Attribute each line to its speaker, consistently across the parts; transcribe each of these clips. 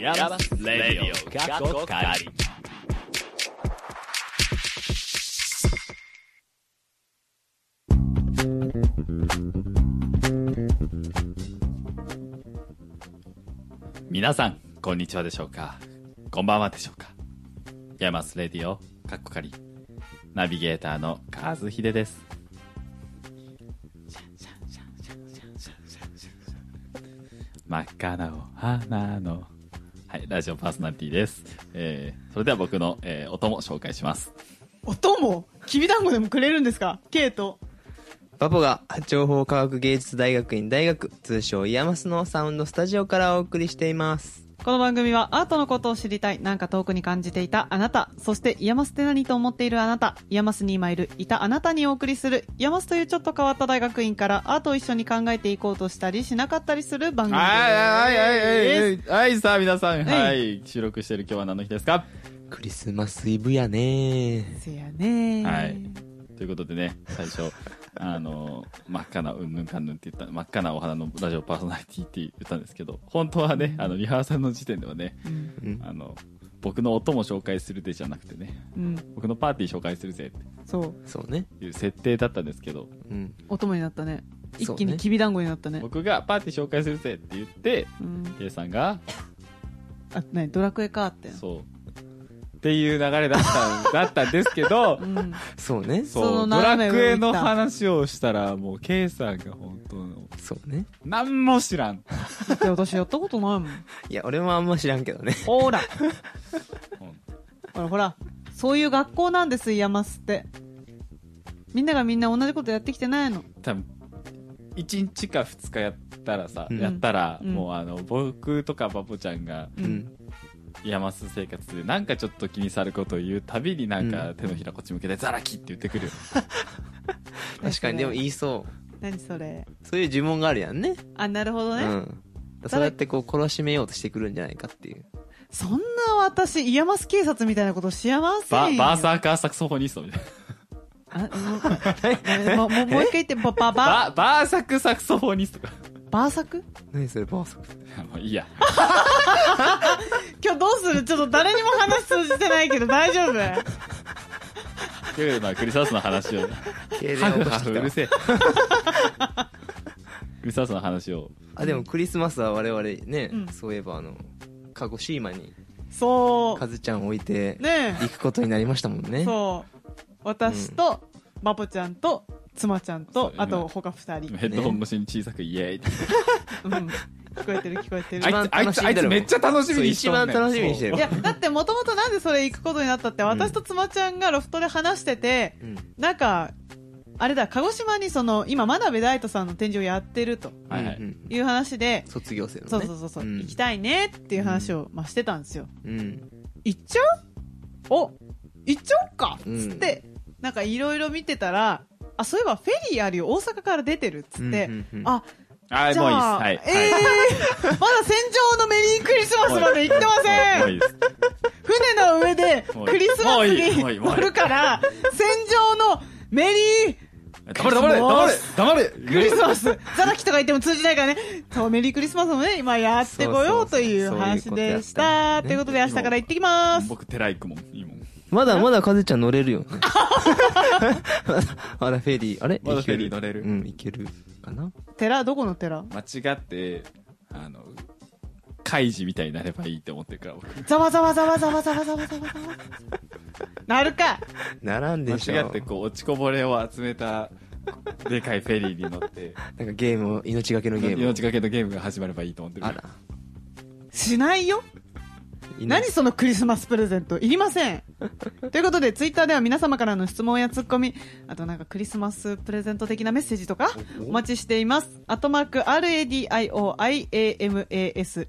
Speaker 1: ヤマスレディオ過去仮皆さんこんにちはでしょうかこんばんはでしょうかヤマスレディオ過去仮ナビゲーターのカズヒデです真っ赤なお花のはいラジオパーソナリティです、えー、それでは僕の、えー、音も紹介します
Speaker 2: 音もきびだんごでもくれるんですかケイト
Speaker 3: バボが情報科学芸術大学院大学通称イヤマスのサウンドスタジオからお送りしています
Speaker 2: この番組はアートのことを知りたいなんか遠くに感じていたあなたそしてイヤマスって何と思っているあなたイヤマスに今いるいたあなたにお送りするイヤマスというちょっと変わった大学院からアートを一緒に考えていこうとしたりしなかったりする番組です
Speaker 1: はいはいはいはいはいさあ皆さんはい収録してる今日は何の日ですか
Speaker 3: クリスマスイブやね
Speaker 2: せやね
Speaker 1: はいということでね最初あの真っ赤なうんぬんかんぬんって言った真っ赤なお花のラジオパーソナリティって言ったんですけど本当はねあのリハーサルの時点ではね
Speaker 2: うん
Speaker 3: うん
Speaker 1: あの僕の音も紹介するでじゃなくてね
Speaker 2: うん
Speaker 1: 僕のパーティー紹介するぜ
Speaker 2: そう
Speaker 3: そうね
Speaker 1: っていう設定だったんですけど
Speaker 3: うん
Speaker 2: 音もになったね
Speaker 3: そ
Speaker 2: 一
Speaker 3: うね
Speaker 2: 気にきびだんごになったね
Speaker 1: 僕がパーティー紹介するぜって言って
Speaker 2: うん、
Speaker 1: K さんが
Speaker 2: あなにドラクエかって
Speaker 1: そうっていう流れだったんだったんですけ ど
Speaker 2: うん
Speaker 3: そうね
Speaker 1: そ
Speaker 2: そうの
Speaker 1: ドラ
Speaker 2: 斜め
Speaker 1: ク
Speaker 2: 上
Speaker 1: エ
Speaker 2: に行
Speaker 1: の
Speaker 2: った
Speaker 1: 話をしたらもう K さんが本当の
Speaker 3: そうね
Speaker 1: 何も知らん
Speaker 2: だって私やったことないもん
Speaker 3: いや俺もあんま知らんけどね
Speaker 2: ほらほらほら、そういう学校なんです、イヤマスって。みんながみんな同じことやってきてないの。
Speaker 1: 多分1日か2日やったらさ、
Speaker 3: うん
Speaker 1: やったら、
Speaker 2: うん
Speaker 1: もうあの僕とかバポちゃんが
Speaker 2: う
Speaker 3: うんん
Speaker 1: 山須生活でなんかちょっと気にさることを言うたびになんか
Speaker 3: うん
Speaker 1: 手のひらこっち向けてザラキって言ってくるよ、
Speaker 3: 確かにでも言いそ
Speaker 2: 何それ。
Speaker 3: うそういう呪文があるやんね
Speaker 2: あ、なるほど
Speaker 3: う
Speaker 2: ね。
Speaker 3: んそうやってこう懲らしめようとしてくるんじゃないかっていう
Speaker 2: そんな私、イヤマス警察みたいなことしやませ
Speaker 1: バ
Speaker 2: んよ。
Speaker 1: バーサーカーサクソフォニストみたい
Speaker 2: あもうもうもうもう一回言って、ば、
Speaker 1: な
Speaker 2: ば、ば、
Speaker 1: ババーサクサクソフォニストか
Speaker 2: バーサク
Speaker 3: 何それバーサク
Speaker 1: もういいや
Speaker 2: 今日どうするちょっと誰にも話通じてないけど大丈夫
Speaker 1: ということでまあクリスマスの話を
Speaker 3: 敬礼
Speaker 1: ハ
Speaker 3: を
Speaker 1: フ
Speaker 3: 起こ
Speaker 1: ハ
Speaker 3: し
Speaker 1: フ
Speaker 3: て
Speaker 1: う
Speaker 3: きた
Speaker 1: る
Speaker 3: わ
Speaker 1: せえクリスマスの話を
Speaker 3: あでもクリスマスは我々ね、
Speaker 2: うん
Speaker 3: そういえばあの鹿児島に
Speaker 2: そ
Speaker 3: カズちゃんを置いて
Speaker 2: う。ね
Speaker 3: 行くことになりましたもん
Speaker 2: え。
Speaker 3: ね
Speaker 2: そう。私と、バポちゃんと、妻ちゃん
Speaker 1: そう
Speaker 2: と、
Speaker 1: 今
Speaker 2: あと他二人。
Speaker 1: ヘッドホン越しに小さくイエーイって
Speaker 2: うん。聞こえてる聞こえてる
Speaker 1: あい。つあいつあいつめっちゃ楽しみにしとんねん
Speaker 3: そう一番楽しみにしてる
Speaker 2: いや、だってもともとなんでそれ行くことになったって、私と妻ちゃんがロフトで話してて、
Speaker 3: うん
Speaker 2: なんか、あれだ、鹿児島にその、今、真鍋大斗さんの展示をやってると
Speaker 1: はいはい
Speaker 3: うんうん
Speaker 2: いう話で、
Speaker 3: 卒業生のね
Speaker 2: そうそうそうそう、
Speaker 3: ん
Speaker 2: 行きたいねっていう話を、まあ、してたんですよ。
Speaker 3: うん
Speaker 2: 行っちゃうお行っちゃおうかっ
Speaker 3: うん
Speaker 2: つって、なんかいろいろ見てたら、あ、そういえばフェリーあるよ、大阪から出てるっつって、
Speaker 3: うんうんうん
Speaker 2: あ、
Speaker 1: はい
Speaker 2: じ
Speaker 1: もういいっす
Speaker 2: ゃあ、
Speaker 1: はい、
Speaker 2: えー、 まだ戦場のメリークリスマスまで行ってません
Speaker 1: はいもういいです
Speaker 2: 船の上で
Speaker 1: もういい
Speaker 2: クリスマス
Speaker 1: もういい
Speaker 2: に
Speaker 1: もういいもういい
Speaker 2: 乗るから、戦場のメリー
Speaker 1: 黙れ黙れ黙れ黙れ
Speaker 2: クリスマス、ザラキとか言っても通じないからね、そうメリークリスマスもね、今やってこようという
Speaker 3: そうそうそ
Speaker 2: 話
Speaker 3: うそういうことやったんだね
Speaker 2: でした。ということで明日から行ってきます。
Speaker 1: 僕寺行くもんいいもん
Speaker 3: まだまだカズちゃん乗 れるよねまだフェリーあれ
Speaker 1: まだフェリー乗れる
Speaker 3: うんいけるかな
Speaker 2: 寺、どこの寺
Speaker 1: 間違ってあのカイジみたいになればいいって思ってるから僕
Speaker 2: ざわざわざわざわざわざわざわざわ。なるか
Speaker 3: 並んでしょ
Speaker 1: 間違ってこう落ちこぼれを集めたでかいフェリーに乗って
Speaker 3: なんかゲームを命がけのゲームを
Speaker 1: 命がけのゲームが始まればいいと思ってる
Speaker 3: あら
Speaker 2: しないよ何そのクリスマスプレゼントいりませんということでツイッターでは皆様からの質問やツッコミあとなんかクリスマスプレゼント的なメッセージとかお待ちしていますアットマーク RADIOIAMAS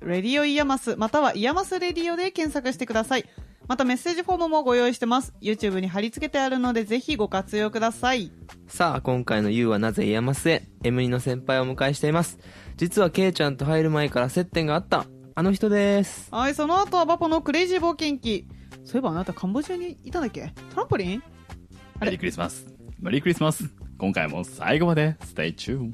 Speaker 2: レディオイヤマスまたはイヤマスレディオで検索してくださいまたメッセージフォームもご用意してます YouTube に貼り付けてあるのでぜひご活用ください
Speaker 3: さあ今回の YOU はなぜ山末 M2 の先輩をお迎えしています実はケイちゃんと入る前から接点があったあの人です
Speaker 2: はいその後はバポのクレイジー冒険記そういえばあなたカンボジアにいたんだっけトランポリン
Speaker 1: メリークリスマスメリークリスマス今回も最後まで Stay tuned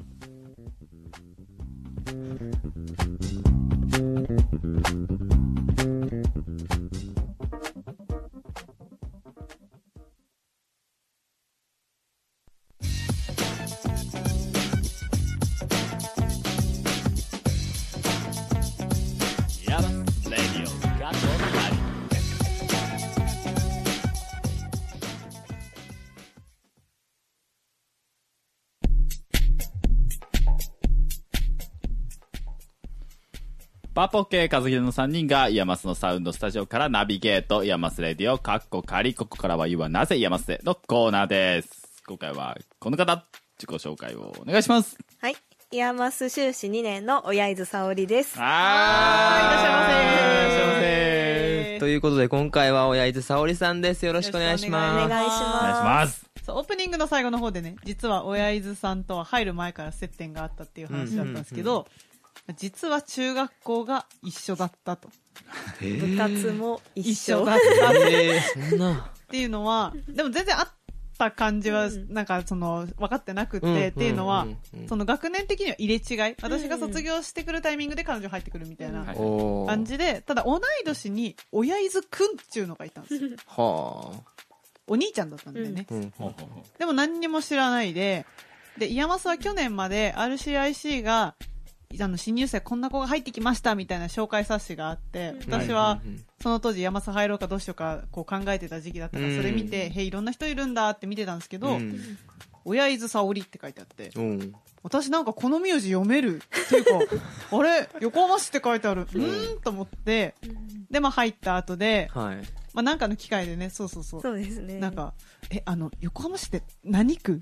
Speaker 1: パポケ、カズヒデの3人が、イヤマスのサウンドスタジオからナビゲート、イヤマスレディオ、カッコ仮、ここからは言うはなぜイヤマスでのコーナーです。今回は、この方、自己紹介をお願いします。
Speaker 4: はい。イヤマス修士2年の親伊豆沙織です。
Speaker 1: あー、いらっしゃいませ。いらっしゃいま
Speaker 2: え
Speaker 1: せ。
Speaker 2: ー
Speaker 3: ということで今回は親伊豆沙織さんですよろしくお願いし
Speaker 4: お願
Speaker 3: ま
Speaker 4: いし
Speaker 3: す
Speaker 1: お願いし
Speaker 4: ま
Speaker 1: ます。
Speaker 2: そうオープニングの最後の方でね実は親伊豆さんとは入る前から接点があったっていう話だったんですけど、実は中学校が一緒だったと
Speaker 4: す。部活も一
Speaker 2: 一
Speaker 4: 緒
Speaker 2: 緒だ。ったっ
Speaker 3: えー、そんな
Speaker 2: ていうのはでも全然あった感じは
Speaker 4: うん
Speaker 2: なんかその分かってなく
Speaker 3: うんうん
Speaker 2: てっていうのは
Speaker 3: うんうん
Speaker 2: その学年的には入れ違い私が
Speaker 4: うんうん
Speaker 2: 卒業してくるタイミングで彼女入ってくるみたい
Speaker 4: うん
Speaker 2: な
Speaker 1: はい
Speaker 3: お
Speaker 2: 感
Speaker 3: ー
Speaker 2: じでただ同い年に親伊豆くんっていうのがいたんです よ
Speaker 3: は
Speaker 2: お兄ちゃんだったんだよね
Speaker 3: あ、うん、
Speaker 1: ほうほうほう
Speaker 2: でも何にも知らないで、で、イヤマスは去年まで RCIC が、あの、新入生こんな子が入ってきましたみたいな紹介冊子があって
Speaker 4: うん、
Speaker 2: 私はその当時イヤマス入ろうかどうしようかこう考えてた時期だったか
Speaker 3: う
Speaker 2: ら、
Speaker 3: ん
Speaker 2: それ見て、へい、いろんな人いるんだって見てたんですけ
Speaker 3: うんう
Speaker 2: ど、
Speaker 3: ん
Speaker 2: 親伊豆沙織って書いてあって、
Speaker 3: うん
Speaker 2: 私なんかこの名字読めるっていう か、あれ、横浜市って書いてある。うーんと思って、で、まあ入った後で、
Speaker 3: はい
Speaker 2: まあなんかの機会でね、そうそうそう。
Speaker 4: そうですね。
Speaker 2: なんか、え、あの、横浜市って何 区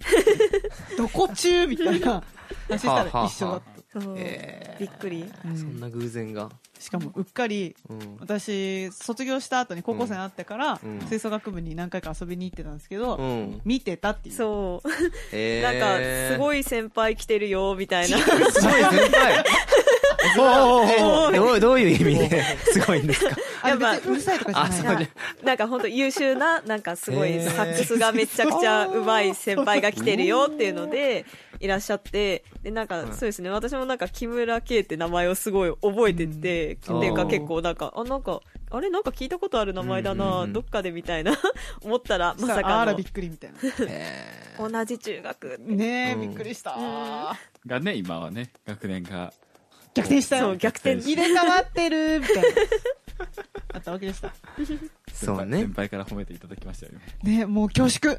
Speaker 2: どこ中みたいな話したら一緒だっ
Speaker 4: そう、
Speaker 3: えー
Speaker 4: びっくり。
Speaker 2: た。うん
Speaker 3: そんな偶然が
Speaker 2: しかも、うっかり、
Speaker 3: うん
Speaker 2: 私、卒業した後に高校生になってから、
Speaker 3: うん
Speaker 2: 吹奏楽部に何回か遊びに行ってたんですけど、
Speaker 3: うん
Speaker 2: 見てたっていう。
Speaker 4: そう。
Speaker 3: え
Speaker 4: なんか、
Speaker 3: い
Speaker 4: すごい先輩来てるよ、みたいな。
Speaker 3: す ごい先輩
Speaker 1: おーおーおー
Speaker 3: えどうどういう意味ですごいんですか
Speaker 2: あれ別
Speaker 4: やっ
Speaker 2: に
Speaker 4: ぱ
Speaker 2: うるさいとかじゃ
Speaker 3: あ
Speaker 2: ない。
Speaker 3: そう
Speaker 4: なんかなんか本当優秀な、なんかすごい
Speaker 3: へー
Speaker 4: サックスがめちゃくちゃ上手い先輩が来てるよっていうので、いらっしゃって、で、なんかそうですね、私もなんか木村圭って名前をすごい覚えてて、って
Speaker 3: うん
Speaker 4: いう
Speaker 3: あ
Speaker 4: か
Speaker 3: ー
Speaker 4: 結構なんか、あ、なんか、あれなんか聞いたことある名前だ
Speaker 3: うんうん
Speaker 4: な、
Speaker 3: うん
Speaker 4: どっかでみたいな 思ったら、ま
Speaker 2: まさ
Speaker 4: さ
Speaker 2: か。あ
Speaker 4: からの
Speaker 2: びっくりみたいな。
Speaker 3: え
Speaker 4: 同じ中学。
Speaker 2: ねえ、
Speaker 3: うん
Speaker 2: びっくりした。
Speaker 1: がね、今はね、学年が。
Speaker 2: 逆転した
Speaker 4: そ
Speaker 2: よ
Speaker 4: う、。逆転。
Speaker 2: 入れ替わってるみたいな。あったわけでした。
Speaker 3: ーそ
Speaker 1: 先
Speaker 3: う
Speaker 1: 輩
Speaker 3: ね
Speaker 1: 先輩から褒めていただきましたよ。今
Speaker 2: ねえ、もう恐 縮。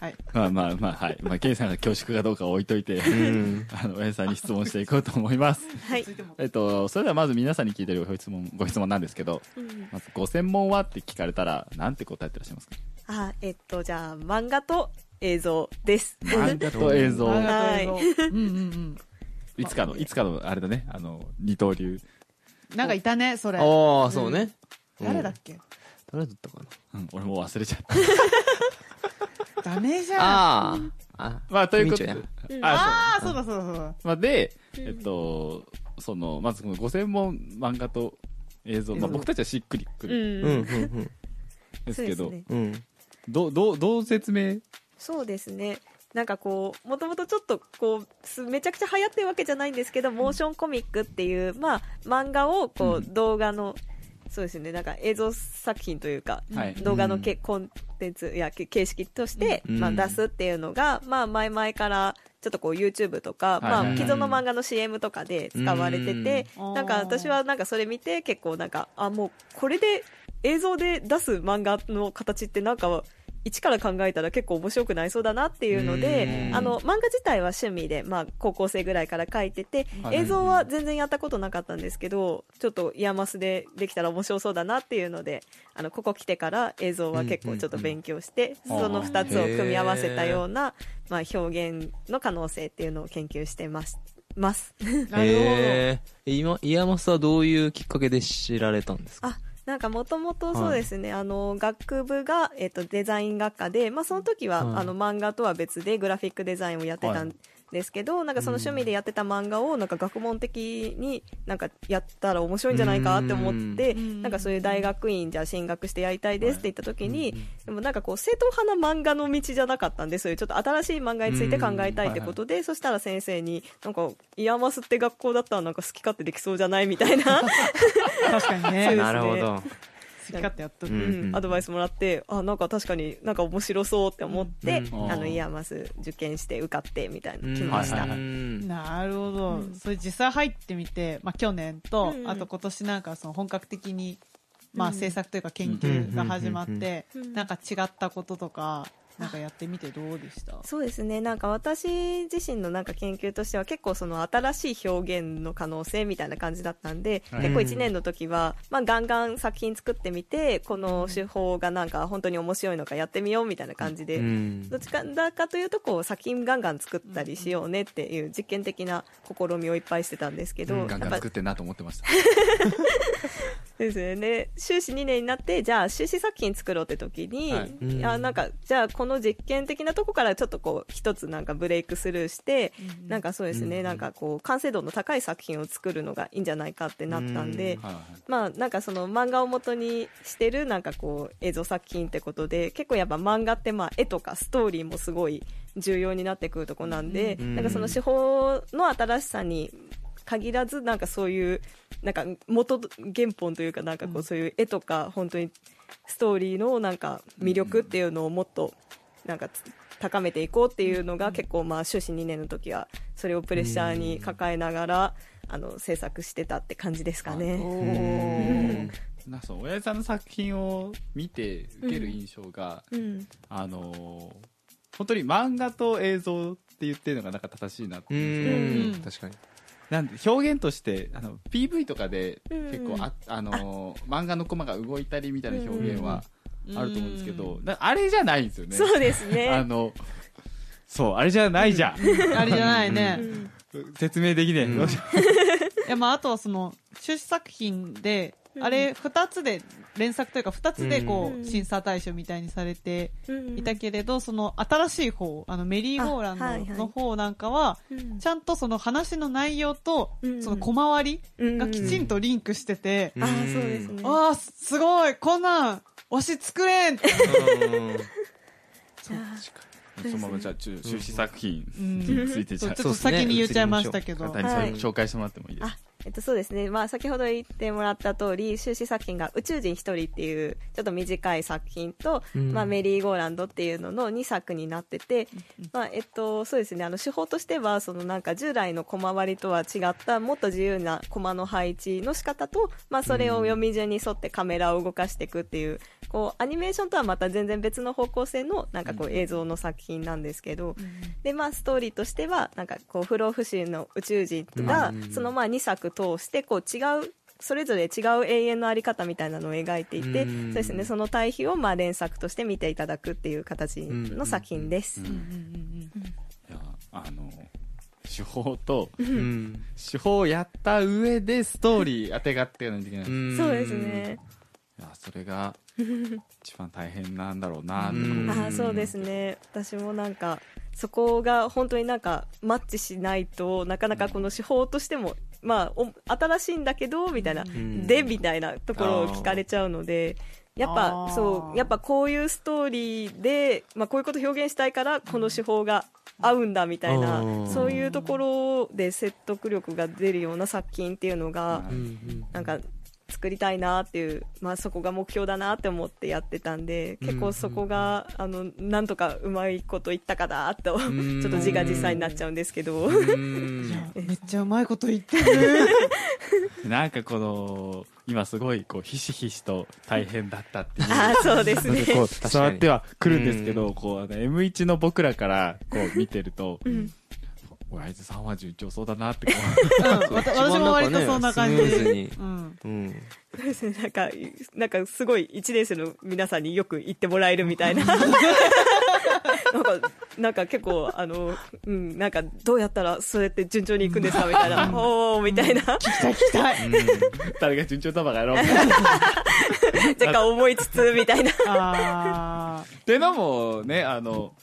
Speaker 2: はい。
Speaker 1: まあまあまあ、はい。まあ、ケイさんが恐縮かどうかは置いといて、
Speaker 3: うん
Speaker 1: あの、親さんに質問していこうと思います。
Speaker 4: はい。
Speaker 2: 続いても
Speaker 1: えっと、それではまず皆さんに聞いてるご質問、ご質問なんですけど、
Speaker 4: うん
Speaker 1: まずご専門はって聞かれたら、なんて答えてらっしゃいますか
Speaker 4: あ、えっと、じゃあ、漫画と映像です。
Speaker 1: 漫画と映像。
Speaker 2: は。
Speaker 4: はいい
Speaker 2: うんうんうん。
Speaker 1: いつかの、いつかの、あれだね、あの、二刀流。
Speaker 2: なんかいたね、それ。
Speaker 3: ああそうね
Speaker 2: 誰だっけ
Speaker 3: 誰だったかな
Speaker 1: うん、俺もう忘れち ゃった。
Speaker 2: ダメじゃん。あ
Speaker 3: あーあ
Speaker 1: まあ、ということ
Speaker 3: み
Speaker 1: で
Speaker 3: ーち。
Speaker 1: あ、
Speaker 2: あー、そうだそうだそうだ。
Speaker 1: そう。まあ、で、えっと、その、まずこのご専門漫画と映像、まあ僕たちはしっくりく
Speaker 4: う
Speaker 1: るん
Speaker 4: ん。
Speaker 3: うんうん
Speaker 1: ですけ
Speaker 4: そ
Speaker 1: ど
Speaker 4: うですね、
Speaker 3: うんうん
Speaker 1: どう、どう、どう説明
Speaker 4: そうですね。なんかこう、もともとちょっとこうす、めちゃくちゃ流行ってるわけじゃないんですけど、モーションコミックっていう、まあ、漫画をこう、
Speaker 1: うん
Speaker 4: 動画の、そうですね、なんか映像作品というか、
Speaker 1: はい
Speaker 4: 動画のけ、コンテンツやけ形式として、
Speaker 3: うん
Speaker 4: まあ、出すっていうのが、まあ、前々から、ちょっとこう YouTube と
Speaker 1: は
Speaker 4: か、
Speaker 1: いはい
Speaker 4: まあ、既存の漫画の CM とかで使われてて、
Speaker 2: うん
Speaker 4: なんか私はなんかそれ見て結構なんか、あ、もうこれで映像で出す漫画の形ってなんか、一から考えたら結構面白くなりそうだなっていうので
Speaker 3: う、ん
Speaker 4: あの、漫画自体は趣味で、まあ、高校生ぐらいから描いてて、
Speaker 1: はい
Speaker 4: 映像は全然やったことなかったんですけど、ちょっとイヤマスでできたら面白そうだなっていうので、あの、ここ来てから映像は結構ちょっと勉強して、
Speaker 1: うんうんうん
Speaker 4: その二つを組み合わせたような、まあ、表現の可能性っていうのを研究してます。ます。
Speaker 2: なる
Speaker 3: えー今イヤマスはどういうきっかけで知られたんですか
Speaker 4: あなんかもともとそうですね、あの学部が、えっとデザイン学科で、まあ、その時は、
Speaker 3: はい
Speaker 4: あの漫画とは別でグラフィックデザインをやってたんですけど、なんかその趣味でやってた漫画をなんか学問的になんかやったら面白いんじゃないかって思って、
Speaker 2: うん
Speaker 4: なんかそういう大学院じゃあ進学してやりたいですって言った時に、でもなんかこう正統派な漫画の道じゃなかったんでそういうちょっと新しい漫画について考えたいってことで、そしたら先生になんかイヤマスって学校だったらなんか好き勝手できそうじゃないみたい
Speaker 2: ほ
Speaker 4: な。
Speaker 2: ど。確かに
Speaker 4: そう
Speaker 2: ね。
Speaker 4: です
Speaker 3: なるほど
Speaker 2: 好き勝手やっと
Speaker 3: うん
Speaker 2: る。
Speaker 4: うんアドバイスもらってあなんか確かになんか面白そうって思って、
Speaker 1: うん
Speaker 4: あ
Speaker 1: う
Speaker 4: の
Speaker 1: ん
Speaker 4: イヤーマス受験して受かってみたい
Speaker 3: うん
Speaker 4: な来ました、
Speaker 1: はいはい
Speaker 3: うん
Speaker 2: なるほど
Speaker 4: う。ん
Speaker 2: それ実際入ってみて、まあ去年と
Speaker 4: う、ん
Speaker 2: あと今年なんかその本格的に、ま
Speaker 4: う
Speaker 2: あ
Speaker 4: ん
Speaker 2: 制作というか研究が始まっ
Speaker 3: うん
Speaker 2: て
Speaker 4: う、ん
Speaker 2: なんか違ったこととか、なんかやってみてどうでした
Speaker 4: そうですねなんか私自身のなんか研究としては結構その新しい表現の可能性みたいな感じだったんで、
Speaker 1: はい
Speaker 4: 結構1年の時は、まあ、ガンガン作品作ってみてこの手法がなんか本当に面白いのかやってみようみたいな感じで、
Speaker 3: うん
Speaker 4: どっちかだかというとこう作品ガンガン作ったりしようねっていう実験的な試みをいっぱいしてたんですけど、
Speaker 1: ガンガン
Speaker 4: やっ
Speaker 1: 作
Speaker 4: ぱ
Speaker 1: ってんなと思ってました。
Speaker 4: ですよね修士2年になってじゃあ修士作品作ろうって時に、
Speaker 1: はい
Speaker 3: うん
Speaker 4: いやなんかじゃあこの実験的なとこからちょっとこう一つなんかブレイクスルーして、なんかそうですね、
Speaker 3: うん
Speaker 4: なんかこう完成度の高い作品を作るのがいいんじゃないかってなったんで。
Speaker 3: うん
Speaker 1: はいは
Speaker 4: まあなんかその漫画を元にしてるなんかこう映像作品ってことで結構やっぱ漫画ってまあ絵とかストーリーもすごい重要になってくるとこなんで、
Speaker 3: うん
Speaker 4: なんかその手法の新しさに限らずなんかそういうなんか元原本というかなんかこうそういう絵とか本当にストーリーのなんか魅力っていうのをもっとなんかつ高めていこうっていうのが結構まあ終始2年の時はそれをプレッシャーに抱えながらあの制作してたって感じですかね。
Speaker 2: お
Speaker 3: うん
Speaker 2: ー
Speaker 1: い。なんかその、親父さんの作品を見て受ける印象が、
Speaker 4: うん、
Speaker 1: あのー本当に漫画と映像って言ってるのがなんか正しいなっていう
Speaker 3: うん
Speaker 1: うん確かになんで表現としてあの PV とかで結構あ、あのー漫画のコマが動いたりみたいな表現はあると思うんですけど、なあれじゃないんですよね
Speaker 4: そうですね。
Speaker 1: あのそうあれじゃないじゃん、
Speaker 2: あれじゃないね
Speaker 4: う。ん
Speaker 1: 説明できねえ、
Speaker 3: うん
Speaker 1: ど うしよう
Speaker 2: いや、まあ、あとはその、出資作品で、あれ、二つで、連作というか二つで、こ
Speaker 4: うん
Speaker 2: う、審査対象みたいにされて
Speaker 4: うん
Speaker 2: いたけれど、その、新しい方、あの、メリーゴーラン
Speaker 4: あはいは
Speaker 2: ド
Speaker 4: い
Speaker 2: の方なんかは、
Speaker 4: うん
Speaker 2: ちゃんとその話の内容と
Speaker 4: う、ん
Speaker 2: その小回り
Speaker 4: うん
Speaker 2: がきちんとリンクしてて、
Speaker 4: あーそうですね。
Speaker 2: ああ、すごいこんなん、推し作れん って。
Speaker 1: そのままじゃあ中終始作品
Speaker 2: うん
Speaker 1: についてじ
Speaker 2: そ
Speaker 1: ゃ
Speaker 2: う
Speaker 1: あ
Speaker 2: ち
Speaker 1: そ
Speaker 2: ょっと
Speaker 1: う
Speaker 2: 先に言っちゃいましたけど。
Speaker 1: 方にそれ
Speaker 4: はい
Speaker 1: 紹介してもらってもいいですか
Speaker 4: あえっと、そうですね、まあ、先ほど言ってもらった通り終始作品が「宇宙人一人」っていうちょっと短い作品と「
Speaker 3: うん
Speaker 4: まあ、メリーゴーランド」っていうのの2作になってて、まあえっと、そうですねあの手法としてはそのなんか従来の小回りとは違ったもっと自由なコマの配置の仕方と、まあ、それを読み順に沿ってカメラを動かしていくっていうこうアニメーションとはまた全然別の方向性のなんかこう映像の作品なんですけど。でまあ、ストーリーとしてはなんかこう不老不死の宇宙人が
Speaker 3: うん
Speaker 4: そのまあ2作通してこう違うそれぞれ違う永遠のあり方みたいなのを描いていて
Speaker 3: うん
Speaker 4: そうです、ね、その対比をまあ連作として見ていただくっていう形の作品です。
Speaker 2: うんうん
Speaker 1: いやあの手法と
Speaker 3: うん
Speaker 1: 手法をやった上でストーリー当てがっていかないといけない、い
Speaker 3: ん
Speaker 4: そうですね、
Speaker 1: やそれが一番大変なんだろうなってこう
Speaker 3: うん
Speaker 4: あーそうですね私もなんかそこが本当になんかマッチしないとなかなかこの手法としても、まあ、お新しいんだけどみたいな、
Speaker 3: ん
Speaker 4: でみたいなところを聞かれちゃうのでやっ
Speaker 2: あ
Speaker 4: ぱ
Speaker 2: ー
Speaker 4: そうやっぱこういうストーリーで、まあ、こういうこと表現したいからこの手法が合うんだみたいな、
Speaker 3: うん
Speaker 4: そういうところで説得力が出るような作品っていうのが、
Speaker 1: は
Speaker 3: う
Speaker 1: い
Speaker 3: ん
Speaker 4: なんか作りたいなっていう、まあ、そこが目標だなって思ってやってたんで結構そこが、あのなんとかうまいこと言ったかなと、
Speaker 3: ん
Speaker 4: ちょっと自画自賛になっちゃうんですけど、
Speaker 3: うん
Speaker 2: うんい や、めっちゃうまいこと言ってる。
Speaker 1: なんかこの今すごいこうひしひしと大変だったっていう
Speaker 4: あーそうです ね。
Speaker 1: こう
Speaker 3: に
Speaker 1: 伝わってはくるんですけど、こうあの M1 の僕らからこう見てると、
Speaker 4: ん
Speaker 1: おいあいつさんは順調そうだなってこ
Speaker 2: うんわた 私も割とそんな感じ。
Speaker 3: 一番なんか
Speaker 2: う
Speaker 3: ねスムーズに
Speaker 2: ん。
Speaker 3: うん
Speaker 4: そうですねなんか、なんかすごい1年生の皆さんによく言ってもらえるみ たいな。なんか、なんか結構、あの、うん、なんかどうやったらそうやって順調にいくんですかみたいな。おー、みた いな。
Speaker 2: 聞きた い。
Speaker 1: う誰が順調だばかやろうみたいなっ
Speaker 4: 若干思いつつ、みたいな。
Speaker 2: あ
Speaker 1: ていうのもねあの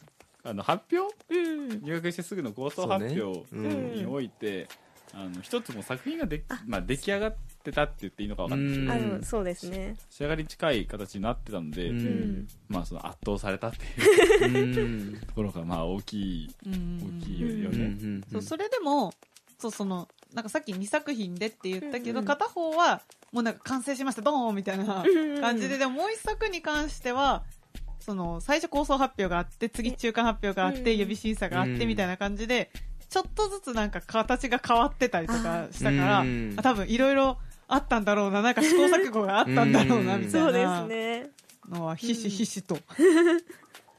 Speaker 1: あの発表
Speaker 4: うん。
Speaker 1: 入学してすぐの合奏発表
Speaker 3: そうねうん
Speaker 1: において、あの一つもう作品がで、まあ、出来上がってたって言っていいのか分かんないですけど
Speaker 3: うん
Speaker 4: あの、そうですね。
Speaker 1: 仕上がりに近い形になってたので、
Speaker 3: うん
Speaker 1: まあ、その圧倒されたって いう
Speaker 3: うん
Speaker 1: ところがまあ大きい
Speaker 2: ーうん
Speaker 1: 大きいよ
Speaker 3: うんう
Speaker 1: ね、
Speaker 3: ん
Speaker 2: そうそれでもそうそのなんかさっき2作品でって言ったけど、
Speaker 4: うんうん
Speaker 2: 片方はもうなんか完成しましたドーンみたいな
Speaker 4: うんうん
Speaker 2: 感じで、でももう1作に関してはその最初構想発表があって次中間発表があっ
Speaker 4: うんう
Speaker 2: て
Speaker 4: ん
Speaker 2: 予備審査があっ
Speaker 3: う
Speaker 2: て
Speaker 3: ん
Speaker 2: みたいな感じでちょっとずつなんか形が変わってたりとかしたから
Speaker 3: あ
Speaker 2: あ
Speaker 3: ーうん
Speaker 2: 多分いろいろあったんだろうななんか試行錯誤があったんだろうな
Speaker 3: うん
Speaker 2: みた
Speaker 4: そう
Speaker 2: い
Speaker 4: です
Speaker 2: な
Speaker 4: ね。
Speaker 2: のはひしひしと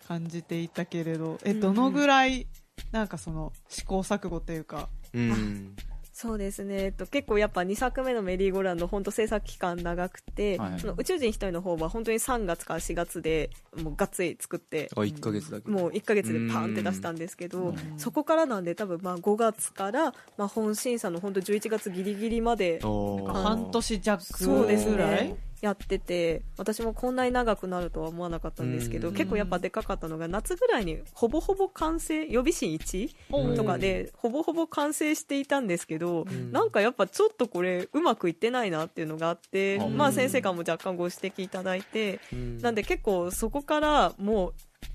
Speaker 2: 感じていたけれど、え、どのぐらい、なんかその、試行錯誤というか、
Speaker 3: うん。
Speaker 4: そうですね、えっと、結構やっぱ2作目のメリーゴーランド本当制作期間長くて、
Speaker 1: はい
Speaker 4: その宇宙人一人の方は本当に3月から4月でもうがっつり作って
Speaker 3: あ、一ヶ月だけ。
Speaker 4: もう1ヶ月でパーンって出したんですけ
Speaker 1: う
Speaker 4: ど
Speaker 1: ん
Speaker 4: そこからなんで多分まあ5月からまあ本審査の本当11月ギリギリまで
Speaker 3: おー
Speaker 2: 半年
Speaker 4: そうです
Speaker 2: 弱ぐらい
Speaker 4: ね。やってて私もこんなに長くなるとは思わなかったんですけど
Speaker 3: うん
Speaker 4: 結構やっぱでかかったのが夏ぐらいにほぼほぼ完成予備審1とかでほぼほぼ完成していたんですけど、
Speaker 3: ん
Speaker 4: なんかやっぱちょっとこれうまくいってないなっていうのがあって、
Speaker 1: うん
Speaker 4: まあ先生からも若干ご指摘いただいて、
Speaker 3: うん
Speaker 4: なんで結構そこからも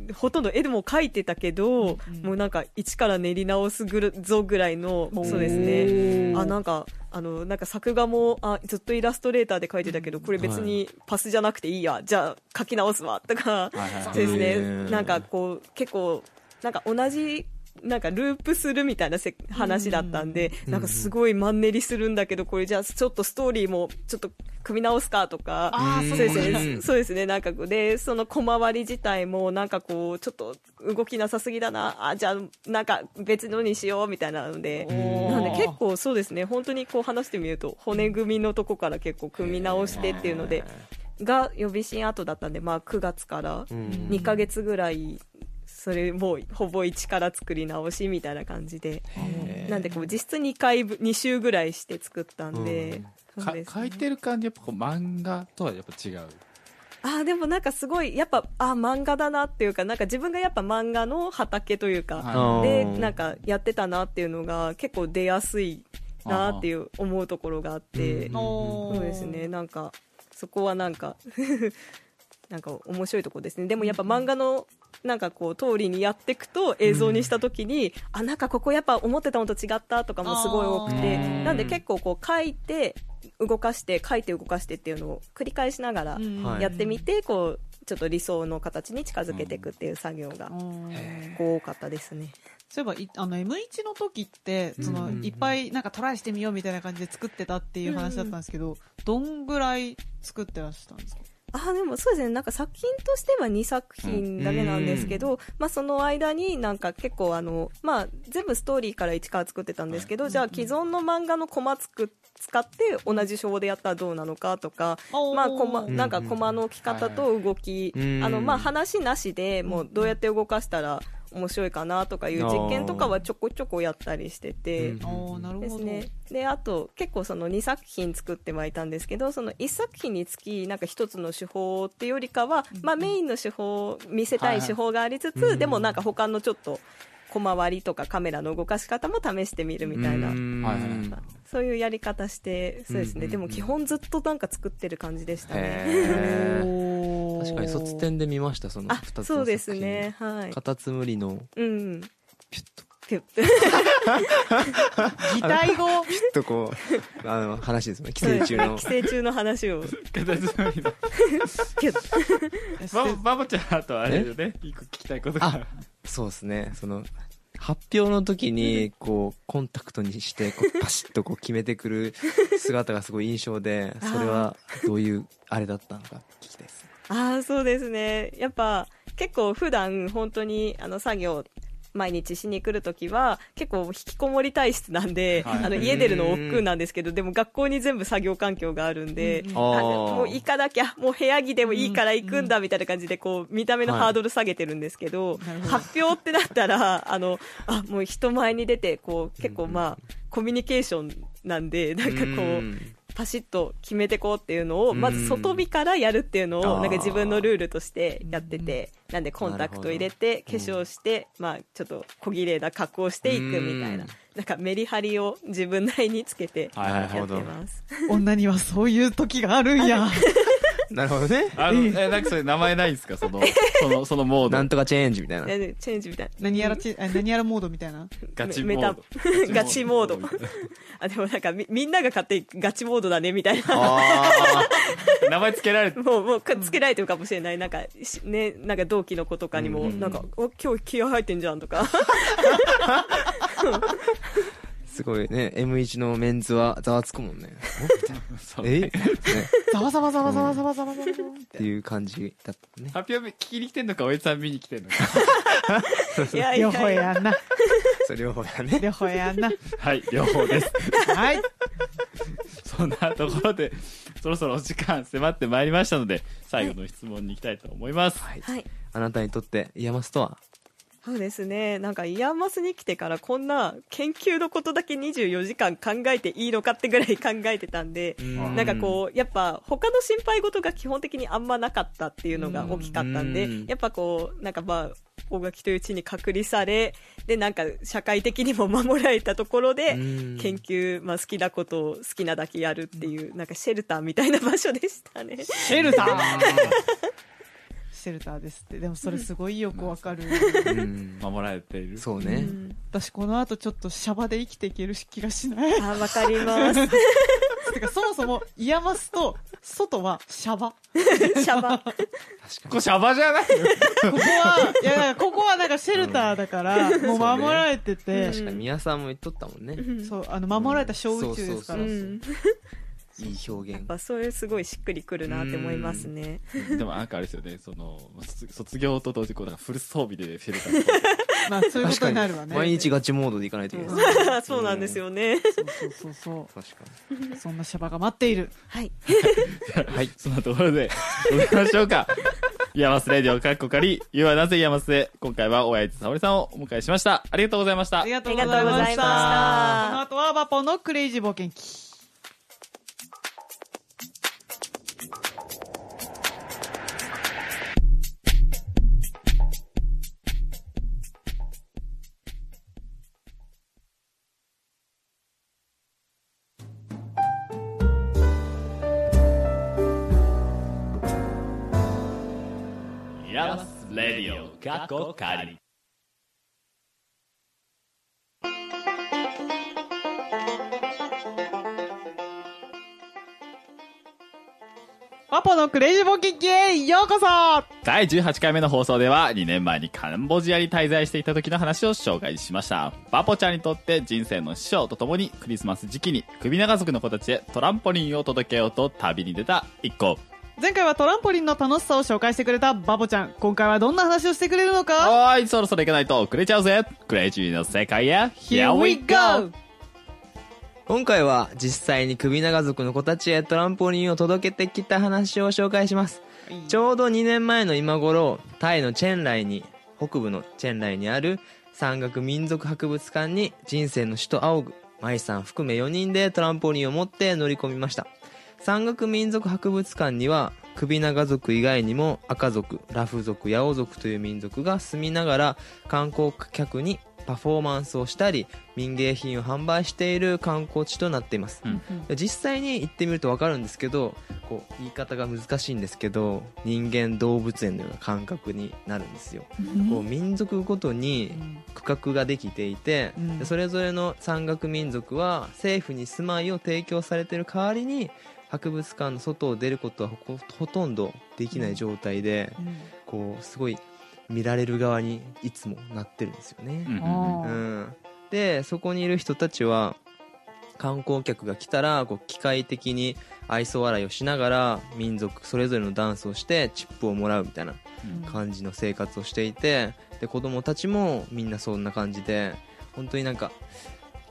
Speaker 4: うほとんど絵でも描いてたけど、
Speaker 2: うん
Speaker 4: もうなんか一から練り直すぐるぞぐらいのそうですね
Speaker 2: ね
Speaker 4: あなんかあのなんか作画もあずっとイラストレーターで描いてたけどこれ別にパスじゃなくていいや、じゃあ描き直すわとか
Speaker 1: はいはいはい
Speaker 4: です
Speaker 3: へ
Speaker 4: ね
Speaker 3: ー
Speaker 4: なんかこう結構なんか同じなんかループするみたいなせ話だったんで、
Speaker 3: うん
Speaker 4: なんかすごいマンネリするんだけどこれじゃあちょっとストーリーもちょっと組み直すかとか
Speaker 2: あー
Speaker 4: そ
Speaker 2: そ
Speaker 4: うです
Speaker 2: こから
Speaker 4: ねそうですねなんかこうでその小回り自体もなんかこうちょっと動きなさすぎだなあじゃあなんか別のにしようみたいなので
Speaker 2: おー
Speaker 4: なんで結構そうですね本当にこう話してみると骨組みのとこから結構組み直してっていうのでが予備審後だったんでまあ9月から
Speaker 3: うん
Speaker 4: 2ヶ月ぐらいそれもうほぼ一から作り直しみたいな感じでなんでこう実質2回ぶ2週ぐらいして作ったんで,、そう
Speaker 1: か
Speaker 4: です
Speaker 1: 書いてる感じやっぱこう漫画とはやっぱ違う
Speaker 4: あーでもなんかすごいやっぱあー漫画だなっていうかなんか自分がやっぱ漫画の畑というか、
Speaker 1: は
Speaker 4: で
Speaker 3: うん
Speaker 4: なんかやってたなっていうのが結構出やすいなっていう思うところがあって
Speaker 3: うん
Speaker 2: おー
Speaker 4: そうですねなんかそこはなんか なんか面白いところですねでもやっぱ漫画のなんかこう通りにやっていくと映像にした時に、あなんかここやっぱ思ってたのと違ったとかもすごい多くて
Speaker 3: うん
Speaker 4: なんで結構こう書いて動かして書いて動かしてっていうのを繰り返しながら
Speaker 2: うん
Speaker 3: はい
Speaker 4: やってみてこうちょっと理想の形に近づけていくっていう作業が
Speaker 2: うん
Speaker 4: 多かったですね。
Speaker 2: そういえばいあの M1 の時ってその、
Speaker 3: うん
Speaker 2: いっぱいなんかトライしてみようみたいな感じで作ってたっていう話だったんですけど、どんぐらい作ってらっしゃったんですか
Speaker 4: あでもそうですねなんか作品としては2作品だけなんですけど、まあ、その間になんか結構あの、まあ、全部ストーリーから一から作ってたんですけど、じゃあ既存の漫画のコマつく使って同じ手法でやったらどうなのかとか、まあ、コマ
Speaker 3: ん
Speaker 4: なんかコマの置き方と動き、
Speaker 3: うん
Speaker 4: あのまあ、話なしでもうどうやって動かしたら面白いかなとかいう実験とかはちょこちょこやったりしてて。
Speaker 3: うん
Speaker 2: おーなる
Speaker 4: で
Speaker 2: ほ
Speaker 4: す
Speaker 2: ど、
Speaker 4: ね、であと結構その2作品作ってはいたんですけどその1作品につきなんか1つの手法っていうよりかは、まあ、メインの手法見せたい手法がありつつ、でもなんか他のちょっと小回りとかカメラの動かし方も試してみるみたいな、
Speaker 3: うん
Speaker 1: はいはい
Speaker 4: まあそういうやり方してそうで
Speaker 3: うん
Speaker 4: すね、
Speaker 3: うんうん
Speaker 4: でも基本ずっとなんか作ってる感じでしたね。
Speaker 3: へー
Speaker 2: おー
Speaker 3: 確かに卒展で見ましたその
Speaker 4: あ
Speaker 3: 2つの作品
Speaker 4: そうですねはい
Speaker 3: カタツムリの
Speaker 4: うん
Speaker 3: ピュッと
Speaker 4: ピュッて
Speaker 2: 擬態語
Speaker 3: ピュッとこうあの話ですね寄生虫の
Speaker 4: 寄生虫の話を ピュッ
Speaker 1: ババボちゃんあとあれよね一個聞きたいことが
Speaker 3: あそうですねその発表の時にこうコンタクトにしてこうパシッとこう決めてくる姿がすごい印象でそれはどういうあれだったのか聞きたいです
Speaker 4: ああそうですねやっぱ結構普段本当にあの作業毎日しに来るときは結構引きこもり体質なんで、
Speaker 1: はい
Speaker 4: あの家出るの億劫なんですけどでも学校に全部作業環境があるんで、
Speaker 2: うん
Speaker 4: あのもう行かなきゃもう部屋着でもいいから行くんだみたいな感じでこう見た目のハードル下げてるんですけど、
Speaker 2: なるほど
Speaker 4: 発表ってなったらあのあもう人前に出てこう結構まあコミュニケーションなんでなんかこう。パシッと決めてこうっていうのを
Speaker 3: うん
Speaker 4: まず外見からやるっていうの
Speaker 3: あー
Speaker 4: をなんか自分のルールとしてやっててなんでコンタクト入れて
Speaker 3: なる
Speaker 4: 化
Speaker 3: ほど
Speaker 4: 粧してまあちょっと小綺麗な格好をしていくみたいな
Speaker 3: うん
Speaker 4: なんかメリハリを自分なりにつけて
Speaker 1: はい
Speaker 4: や
Speaker 1: な
Speaker 4: っ
Speaker 1: る
Speaker 4: て
Speaker 1: ほど
Speaker 4: ます
Speaker 2: 女にはそういう時があるんや
Speaker 3: なるほどね
Speaker 1: あのえなんかそれ名前ないんですかそ のそのそのモー
Speaker 3: な
Speaker 1: ド
Speaker 3: んとかチェンジみたいな
Speaker 4: なんでチェンジみたいな
Speaker 2: 何やらちあ何やらモードみたいな
Speaker 1: ガチ
Speaker 4: メ
Speaker 1: モード
Speaker 4: メタ ガチモードあでもなんかみみんなが勝手にガチモードだねみたいな
Speaker 3: あ
Speaker 1: 名前つけられて
Speaker 4: もうもうくっつけられてるかもしれないなんかしねなんか同期の子とかにも
Speaker 3: うん
Speaker 4: なんかお今日気合入ってんじゃんとか
Speaker 3: ーすすごいね M1 のメンズはざわつくもんね
Speaker 1: そう
Speaker 3: えね
Speaker 2: ざわざわざわざわざわざわざわざわ
Speaker 3: っていう感じだったね
Speaker 1: 発表聞きに来てんのか、おやつさん見に来てんのか。
Speaker 4: いやい
Speaker 2: 両
Speaker 4: や
Speaker 2: 方
Speaker 4: いや
Speaker 2: やんな
Speaker 3: それをだね
Speaker 2: 両方やんな
Speaker 1: はい、両方です。
Speaker 2: はい
Speaker 1: そんなところで、そろそろお時間迫ってまいりましたので、最後の質問に行きたいと思います。
Speaker 3: はい
Speaker 4: はい
Speaker 3: あなたにとってイヤマスとは
Speaker 4: そうですねなんかイヤーマスに来てからこんな研究のことだけ24時間考えていいのかってぐらい考えてたんで、
Speaker 1: ん
Speaker 4: なんかこうやっぱ他の心配事が基本的にあんまなかったっていうのが大きかったんで、
Speaker 3: うん
Speaker 4: やっぱこうなんかまあ大垣という地に隔離されでなんか社会的にも守られたところで
Speaker 3: うん
Speaker 4: 研究、まあ、好きなことを好きなだけやるっていうなんかシェルターみたいな場所でしたね。
Speaker 2: シェルターシェルターですってでもそれすごいよくわかる
Speaker 3: う、ん、
Speaker 1: 守られている。
Speaker 3: そう
Speaker 4: う
Speaker 3: ね、
Speaker 4: ん
Speaker 2: 私この後ちょっとシャバで生きていける気がしない
Speaker 4: あわかります。
Speaker 2: てかそもそもイヤマスと外はシャバ
Speaker 4: シャバ。
Speaker 1: ここシャバじゃない の
Speaker 2: ここは、いや、だからここはなんかシェルターだから、もう守られてて、
Speaker 3: 確かに宮さんも言っとったもんね、
Speaker 2: そう、あの、守られた小宇宙ですか
Speaker 3: う
Speaker 2: ら
Speaker 3: ん。
Speaker 4: うん
Speaker 3: いい表現
Speaker 4: まあ、それすごいしっくりくるなって思いますね。
Speaker 1: でもなんかあれですよね、その、卒卒業と同時にこう、なんかフル装備でシェルターに
Speaker 2: まあ、そういうことになるわね。
Speaker 3: 毎日ガチモードでいかないといけない、
Speaker 2: う
Speaker 4: そうなんですよね。
Speaker 2: そうそうそうそ
Speaker 3: 確か
Speaker 2: う。そんなシャバが待っている。
Speaker 4: はい。
Speaker 1: はい、そんなところで、どうしましょうか。イヤマスレディオかっこかり、ゆうはなぜイヤマスへ、今回は大谷沙織さんをお迎えしました。ありがとうございました。
Speaker 2: ありが
Speaker 4: あ
Speaker 2: とう
Speaker 4: り
Speaker 2: ご
Speaker 4: が
Speaker 2: ざ
Speaker 4: と
Speaker 2: いう
Speaker 4: ご
Speaker 2: ま
Speaker 4: ざ
Speaker 2: し。
Speaker 4: いま
Speaker 2: この
Speaker 4: したた。
Speaker 2: 後はバポのクレイジー冒険記。
Speaker 1: イヤマスレディオかっこかり。
Speaker 2: バポのクレイジー冒険記へようこそ
Speaker 1: 第18回目の放送では2年前にカンボジアに滞在していた時の話を紹介しましたバポちゃんにとって人生の師匠とともにクリスマス時期に首長族の子たちへトランポリンを届けようと旅に出た一行
Speaker 2: 前回はトランポリンの楽しさを紹介してくれたバポちゃん。今回はどんな話をしてくれるのか
Speaker 1: おーいそろそろ行かないと遅れちゃうぜクレイジーの世界へ Here we go!
Speaker 3: 今回は実際に首長族の子たちへトランポリンを届けてきた話を紹介しますちょうど2年前の今頃タイのチェンライに北部のチェンライにある山岳民族博物館に人生の首都仰ぐ舞さん含め4人でトランポリンを持って乗り込みました山岳民族博物館には首長族以外にも赤族ラフ族八オ族という民族が住みながら観光客にパフォーマンスをしたり民芸品を販売している観光地となっています、
Speaker 1: うん
Speaker 3: 実際に行ってみると分かるんですけどこう言い方が難しいんですけど人間動物園のような感覚になるんですよ、こう民族ごとに区画ができていて、
Speaker 2: うん
Speaker 3: でそれぞれの山岳民族は政府に住まいを提供されている代わりに博物館の外を出ることはほこほとんどできない状態で、
Speaker 2: うん
Speaker 3: こうすごい見られる側にいつもなってるんですよね。
Speaker 1: うん
Speaker 2: あ
Speaker 3: う
Speaker 2: ー
Speaker 3: ん、でそこにいる人たちは観光客が来たらこう機械的に愛想笑いをしながら民族それぞれのダンスをしてチップをもらうみたいな感じの生活をしていてで子供たちもみんなそんな感じで本当になんか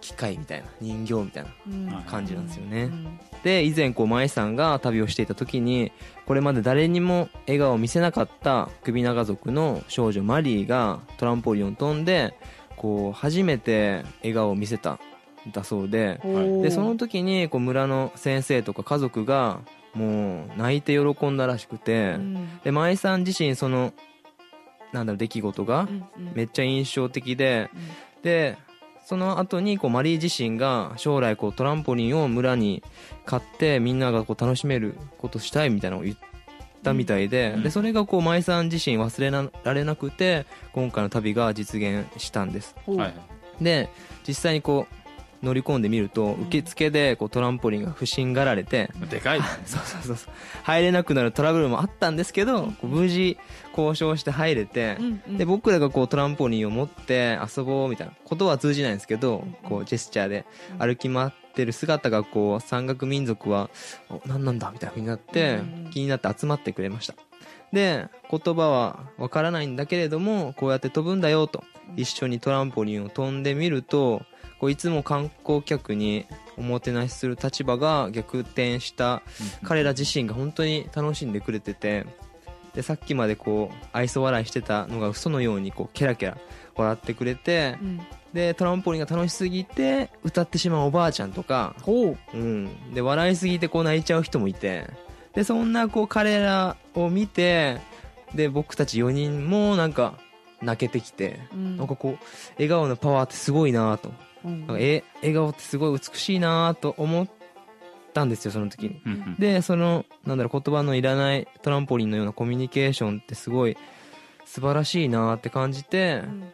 Speaker 3: 機械みたいな人形みたいな
Speaker 2: うん
Speaker 3: 感じなんですよね。
Speaker 2: うん
Speaker 3: で以前こう舞さんが旅をしていた時にこれまで誰にも笑顔を見せなかった首長族の少女マリーがトランポリンを飛んでこう初めて笑顔を見せたんだそうで
Speaker 2: おー
Speaker 3: でその時にこう村の先生とか家族がもう泣いて喜んだらしくて、
Speaker 2: うん
Speaker 3: で舞さん自身そのなんだろう出来事が
Speaker 2: うん
Speaker 3: めっちゃ印象的で、でその後にこうマリー自身が将来こうトランポリンを村に買ってみんながこう楽しめることしたいみたいなのを言ったみたいで,、
Speaker 1: うん
Speaker 3: でそれがこう舞さん自身忘れなられなくて今回の旅が実現したんです
Speaker 2: ほう
Speaker 1: はい
Speaker 3: で実際にこう乗り込んでみると、受付でこうトランポリンが不審がられて、
Speaker 5: でかい。
Speaker 3: そうそうそうそう入れなくなるトラブルもあったんですけど、こう無事交渉して入れて、
Speaker 2: うんうん
Speaker 3: で僕らがこうトランポリンを持って遊ぼうみたいなことは通じないんですけど、こうジェスチャーで歩き回ってる姿がこう山岳民族はお何なんだみたいな風になって、
Speaker 2: うんうん
Speaker 3: 気になって集まってくれましたで言葉はわからないんだけれどもこうやって飛ぶんだよと一緒にトランポリンを飛んでみるとこういつも観光客におもてなしする立場が逆転した彼ら自身が本当に楽しんでくれててでさっきまでこう愛想笑いしてたのが嘘のようにこうケラケラ笑ってくれて
Speaker 2: うん
Speaker 3: でトランポリンが楽しすぎて歌ってしまうおばあちゃんとか、
Speaker 2: ほう
Speaker 3: うん、で笑いすぎてこう泣いちゃう人もいてでそんなこう彼らを見てで僕たち4人もなんか泣けてきて、
Speaker 2: うん
Speaker 3: なんかこう笑顔のパワーってすごいなと
Speaker 2: うん
Speaker 3: なんかえ笑顔ってすごい美しいなと思ったんですよその時に。
Speaker 5: うんうん
Speaker 3: でそのなんだろう言葉のいらないトランポリンのようなコミュニケーションってすごい素晴らしいなって感じて、
Speaker 2: ん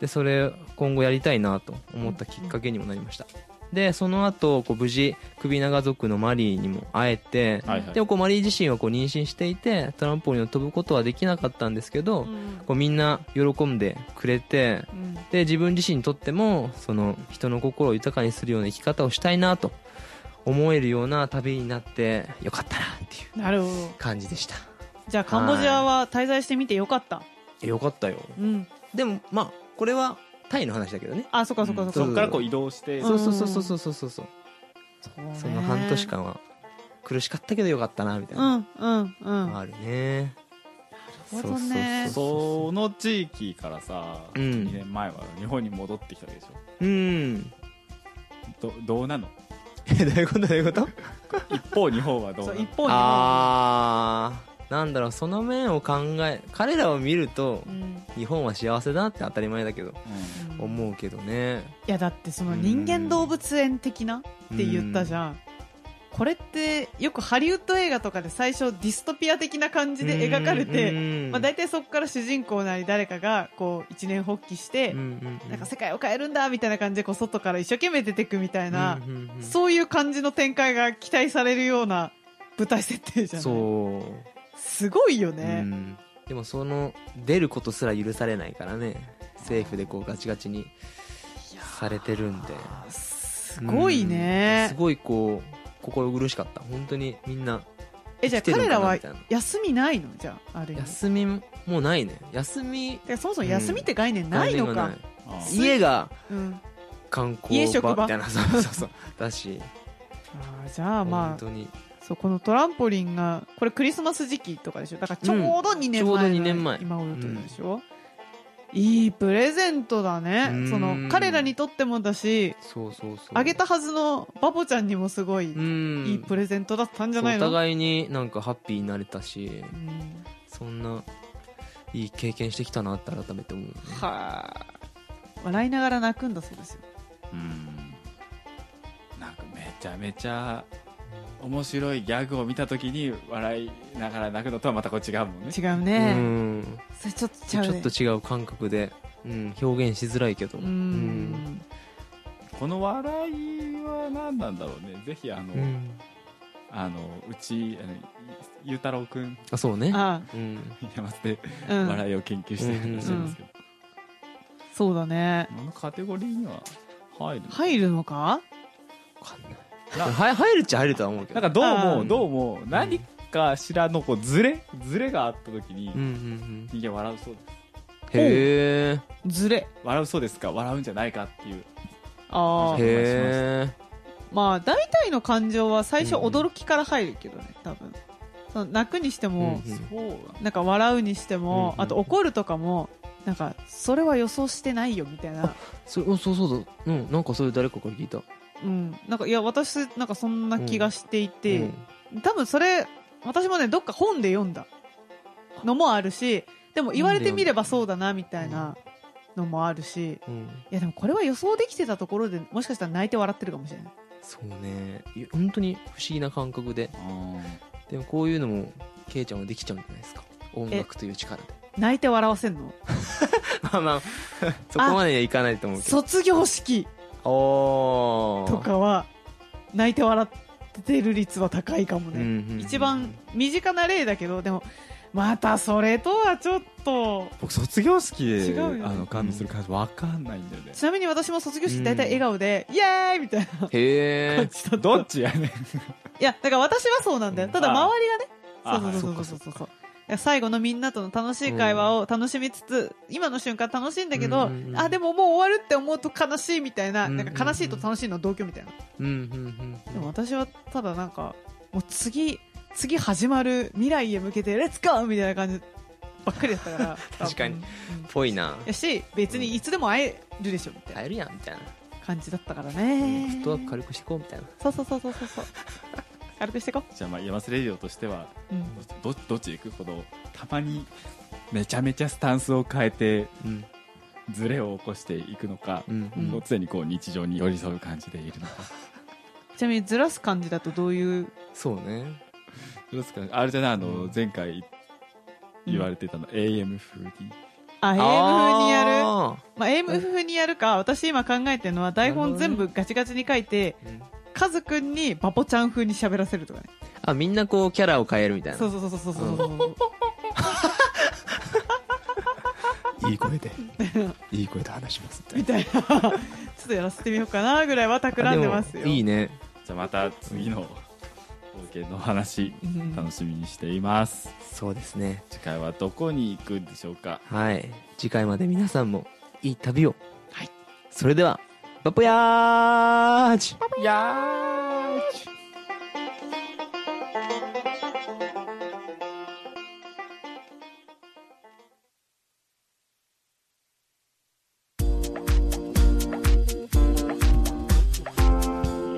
Speaker 3: でそれ今後やりたいなと思ったきっかけにもなりました。でその後こう無事首長族のマリーにも会えて、
Speaker 5: はいはい
Speaker 3: でもこうマリー自身はこう妊娠していてトランポリンを飛ぶことはできなかったんですけど、
Speaker 2: うん
Speaker 3: こうみんな喜んでくれて
Speaker 2: うん
Speaker 3: で自分自身にとってもその人の心を豊かにするような生き方をしたいなと思えるような旅になってよかったなっていう
Speaker 2: なるほど
Speaker 3: 感じでした
Speaker 2: じゃあカンボジアは滞在してみてよかった
Speaker 3: よかったよ
Speaker 2: うん
Speaker 3: でもまあこれはタイの話だけどね
Speaker 2: あそっかそっかそっか
Speaker 5: そっからこう移動して、
Speaker 2: うん
Speaker 3: そうそうそうそうそうそうそうそう
Speaker 2: うね
Speaker 3: その半年間は苦しかったけどよかったなみたいうなん
Speaker 2: うんうん
Speaker 3: あるね
Speaker 2: なるほどね
Speaker 3: そう
Speaker 5: その地域からさ、
Speaker 3: うん
Speaker 5: 2年前は日本に戻ってきたわけでし
Speaker 3: うん
Speaker 5: ょどどうなの
Speaker 3: えどういうことどういうこと
Speaker 5: 一方日本はどう
Speaker 2: そ
Speaker 5: な
Speaker 2: う
Speaker 5: の
Speaker 2: 一方に
Speaker 3: あーなんだろうその面を考え彼らを見ると
Speaker 2: うん
Speaker 3: 日本は幸せだって当たり前だけど
Speaker 5: うん
Speaker 2: うん
Speaker 3: 思うけどね
Speaker 2: いやだってその人間動物園的なって言ったじゃん、これってよくハリウッド映画とかで最初ディストピア的な感じで描かれて、まあ、大体そこから主人公なり誰かがこう一年発起して、なんか世界を変えるんだみたいな感じでこう外から一生懸命出てくみたいな、そういう感じの展開が期待されるような舞台設定じゃない
Speaker 3: そう
Speaker 2: すごいよ
Speaker 3: う
Speaker 2: ね、
Speaker 3: んでもその出ることすら許されないからね政府でこうガチガチにされてるんです
Speaker 2: ごい
Speaker 3: うん
Speaker 2: ね
Speaker 3: すごいこう心苦しかった本当にみんな
Speaker 2: えじゃあ
Speaker 3: 生きて
Speaker 2: 彼
Speaker 3: るの
Speaker 2: ら
Speaker 3: かな
Speaker 2: は
Speaker 3: みたいな
Speaker 2: 休みないのじゃあある意味
Speaker 3: 休みもうないね休み
Speaker 2: てかそもそも休みって概念ないの
Speaker 3: 概念が
Speaker 2: か
Speaker 3: ない、
Speaker 5: あー
Speaker 3: 家が
Speaker 2: うん、
Speaker 3: 観光
Speaker 2: 家職場
Speaker 3: みたいなそうそうそうだし
Speaker 2: あーじゃあま
Speaker 3: 本
Speaker 2: あ
Speaker 3: 当に
Speaker 2: そうこのトランポリンがこれクリスマス時期とかでしょだからちょうど2年前,、
Speaker 3: ちょうど二年前
Speaker 2: 今頃ということでしょ、いいプレゼントだね
Speaker 3: うん
Speaker 2: その彼らにとってもだし
Speaker 3: そうそうそう
Speaker 2: あげたはずのバボちゃんにもすごい、
Speaker 3: うん
Speaker 2: いいプレゼントだったんじゃない
Speaker 3: お
Speaker 2: の
Speaker 3: 互いになんかハッピーになれたし
Speaker 2: うん
Speaker 3: そんないい経験してきたなって改めて思うね
Speaker 2: はあ笑いながら泣くんだそうですよ
Speaker 5: うんなんかめちゃめちゃ面白いギャグを見た時に笑いながら泣くのとはまたこう違うもんね
Speaker 2: 違う
Speaker 3: う
Speaker 2: ね、
Speaker 3: ん
Speaker 2: それちょっとち
Speaker 3: ち
Speaker 2: ゃ
Speaker 3: ょ
Speaker 2: うね
Speaker 3: っと違う感覚で、うん、表現しづらいけど
Speaker 2: う
Speaker 3: うん
Speaker 2: ん
Speaker 5: この笑いは何なんだろうねぜひあの、
Speaker 3: うん
Speaker 5: あのうちあのゆうたろうくん
Speaker 3: あそうね
Speaker 2: あ
Speaker 3: うん
Speaker 5: 山瀬で
Speaker 2: あうん
Speaker 5: 笑いを研究してるらっしゃるんですけど、
Speaker 2: そうだね
Speaker 5: このカテゴリーには入るの
Speaker 2: 入るのか
Speaker 3: わかんない
Speaker 5: な
Speaker 3: は入るっちゃ入るとは思うけ
Speaker 5: な
Speaker 3: ど
Speaker 5: んかどう
Speaker 2: う
Speaker 5: も
Speaker 2: ん
Speaker 5: どうも何かしらのこうズレズレがあった時に
Speaker 3: うんうんうん
Speaker 5: 人間笑うそうです
Speaker 3: へえ
Speaker 2: ずれ
Speaker 5: 笑うそうですか笑うんじゃないかっていう
Speaker 2: ああ
Speaker 5: お願いします
Speaker 3: へえ
Speaker 2: まあ大体の感情は最初
Speaker 3: うん
Speaker 2: 驚きから入るけどね多分その泣くにしても、
Speaker 3: うん
Speaker 5: そうなん
Speaker 2: なんか笑うにしても、
Speaker 3: うんうん
Speaker 2: あと怒るとかもなんかそれは予想してないよみたいな、
Speaker 3: それうんそうそうだうんなんかそれ誰かから聞いた
Speaker 2: うん、なんかいや私なんかそんな気がしていて、
Speaker 3: うん
Speaker 2: 多分それ私もねどっか本で読んだのもあるしでも言われてみればそうだなみたいなのもあるし
Speaker 3: うん
Speaker 2: いやでもこれは予想できてたところでもしかしたら泣いて笑ってるかもしれない
Speaker 3: そうねい本当に不思議な感覚ででもこういうのもケイちゃんはできちゃうんじゃないですか音楽という力で
Speaker 2: 泣いて笑わせんの
Speaker 3: まあまあそこまではいかないと思うけど
Speaker 2: 卒業式
Speaker 3: おー
Speaker 2: とかは泣いて笑ってる率は高いかも
Speaker 3: うんう
Speaker 2: ね、
Speaker 3: んうん
Speaker 2: 一番身近な例だけどでもまたそれとはちょっと
Speaker 1: 僕卒業式で
Speaker 2: 違うよね
Speaker 1: あの感動する感じわかんないん だよね、
Speaker 2: ちなみに私も卒業式大体
Speaker 3: うん
Speaker 2: 笑顔で、イエーイみたいな
Speaker 3: へ え
Speaker 1: どっちやねん
Speaker 2: いやだから私はそうなんだよただ
Speaker 1: ああ
Speaker 2: 周りがね
Speaker 1: あ
Speaker 2: そうそうそうそうそうそういや最後のみんなとの楽しい会話を楽しみつつ、今の瞬間楽しいんだけど、
Speaker 3: うんうんうん
Speaker 2: あでももう終わるって思うと悲しいみたいな,、
Speaker 3: うんうんうん
Speaker 2: なんか悲しいと楽しいの同居みたいな
Speaker 3: うんうん
Speaker 2: でも私はただなんかもう次次始まる未来へ向けてレッツゴーみたいな感じばっかりだったから
Speaker 3: 確かに
Speaker 2: うん
Speaker 3: ぽいな
Speaker 2: やし別にいつでも会えるでしょみたいな
Speaker 3: えるやんみたいな
Speaker 2: 感じだったから
Speaker 3: フ
Speaker 2: ね、
Speaker 3: ットワーク軽くしていこうみたいな
Speaker 2: そうそうそうそうそうそう軽くしていこ
Speaker 1: じゃあまあ山瀬レディオとしては
Speaker 2: う、うん
Speaker 1: どどっちでいくこのたまにめちゃめちゃスタンスを変えて
Speaker 3: うん
Speaker 1: ズレを起こしていくのか、
Speaker 3: うん
Speaker 2: うん
Speaker 1: もう常にこう日常に寄り添う感じでいるのか
Speaker 2: ちなみにずらす感じだとどういう
Speaker 3: そうね
Speaker 1: どうですかあれじゃないあの、
Speaker 3: うん
Speaker 1: 前回言われてたの、AM 風に
Speaker 2: あ AM 風にやる
Speaker 3: あ
Speaker 2: まあ、AM 風にやるか私今考えてるのは台本全部ガチガチに書いて
Speaker 3: ーうん
Speaker 2: カズくんにバポちゃん風に喋らせるとかね
Speaker 3: あみんなこうキャラを変えるみたいな
Speaker 2: そうそうそうそうそうそうそう
Speaker 1: いい声でいい声で話しますって
Speaker 2: みたいな ちょっとやらせてみようかなぐらいは
Speaker 3: あ
Speaker 2: 企んでますよ
Speaker 3: もいいね
Speaker 1: じゃあまた次の冒険の話
Speaker 2: うん
Speaker 1: 楽しみにしています、
Speaker 3: そうですね
Speaker 1: 次回はどこに行くんでしょうか
Speaker 3: はい次回まで皆さんもいい旅をはいそれではバポヤーチ
Speaker 1: やー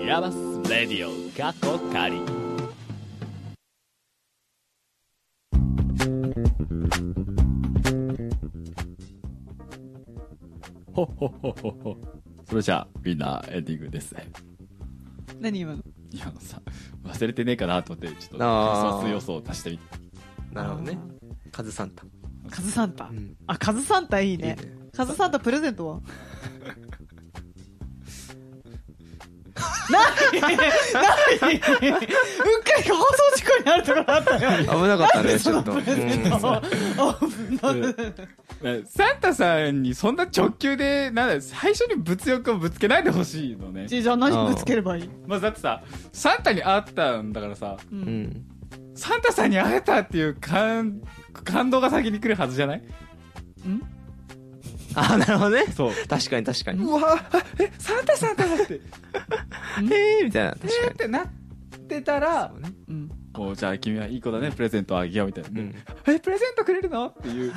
Speaker 5: ヤマスレディオ過去仮
Speaker 1: ほっほっほっほっほそれじゃあみんなエンディングですね
Speaker 2: 何今の
Speaker 1: いやさ忘れてねえかなと思ってちょっと
Speaker 3: あー
Speaker 1: 仮想予想を足してみ
Speaker 3: なるほどねカズサンタ
Speaker 2: カズサンタ
Speaker 3: うん
Speaker 2: あカズサンタいいね
Speaker 3: いいね
Speaker 2: カズサンタプレゼン トは何何うっかり放送事故になるところあったよ
Speaker 3: 危なかったねちょっと
Speaker 2: プレゼントをあなんで
Speaker 1: えサンタさんにそんな直球でなんだ最初に物欲をぶつけないでほしいのね、
Speaker 2: じゃあ何ぶつければいい
Speaker 1: まあ、だってさサンタに会ったんだからさ
Speaker 2: う
Speaker 3: うんん
Speaker 1: サンタさんに会えたっていう感感動が先に来るはずじゃない
Speaker 3: あなるほどね
Speaker 1: そう
Speaker 3: 確かに確かに
Speaker 1: うわあえサンタさんだって
Speaker 3: えーみたいな確
Speaker 1: えー
Speaker 3: か
Speaker 1: ってなってたら
Speaker 3: に
Speaker 2: うん
Speaker 1: もうじゃあ君はいい子だねプレゼントあげようみたいな、
Speaker 3: うん
Speaker 1: えプレゼントくれるのっていう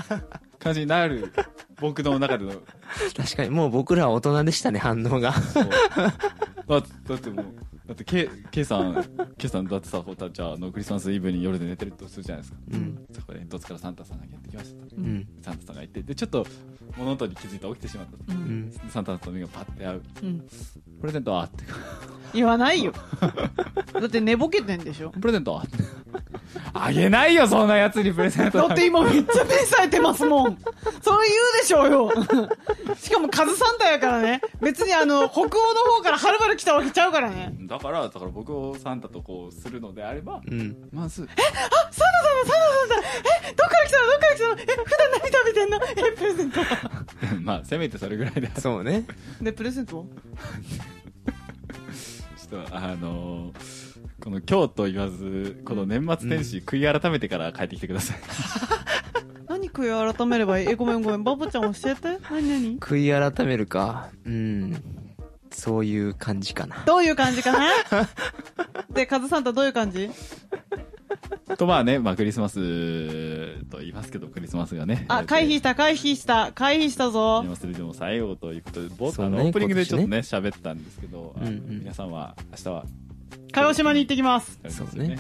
Speaker 1: 感じになる僕の中での
Speaker 3: 確かにもう僕らは大人でしたね反応
Speaker 1: だ
Speaker 3: が
Speaker 1: ってだってもうだってケイケイさんケイさんだってさほたちゃんあのクリスマスイブに夜で寝てるとするじゃないですか、
Speaker 3: うん
Speaker 1: そこで煙突からサンタさんがやってきました
Speaker 3: うん
Speaker 1: サンタさんがいてでちょっと物音に気づいて起きてしまった
Speaker 2: う
Speaker 3: うんん
Speaker 1: サンタさんと目がパッて合う
Speaker 2: うん
Speaker 1: プレゼントはって
Speaker 2: 言わないよだって寝ぼけてんでしょ
Speaker 1: プレゼントはってあげないよそんなやつにプレゼント
Speaker 2: だ
Speaker 1: なん
Speaker 2: っ
Speaker 1: か
Speaker 2: て今めっちゃ目されてますもんそれ言うでしょうよしかもカズサンタやからね別にあの北欧の方からはるばる来たわけちゃうからね
Speaker 1: だからだから僕をサンタとこうするのであれば
Speaker 3: うん
Speaker 1: まず
Speaker 2: サンタさんだサンタさんだえどっから来たのどっから来たのえ普段何食べてんのえプレゼントは
Speaker 1: まあせめてそれぐらいでちょ
Speaker 3: そうね
Speaker 2: でプレゼントは
Speaker 1: っとあのーこの今日と言わずこの年末年始悔い改めてから帰ってきてください、
Speaker 2: 何食い改めればいいえごめんごめんバボちゃん教えて何何
Speaker 3: 悔い改めるかうんそういう感じかな
Speaker 2: どういう感じか なでカズサンタどういう感じ
Speaker 1: とまあね、まあ、クリスマスと言いますけどクリスマスがね
Speaker 2: あ回避した回避した回避したぞ
Speaker 1: 今すれでも最後ということで、冒
Speaker 3: そう
Speaker 1: 頭
Speaker 3: ね
Speaker 1: のオープニングでちょっとね、喋ったんですけど、あの
Speaker 3: うんうん
Speaker 1: 皆さんは明日は、
Speaker 2: 鹿児島に行ってきます
Speaker 1: あれですよ
Speaker 3: そうね。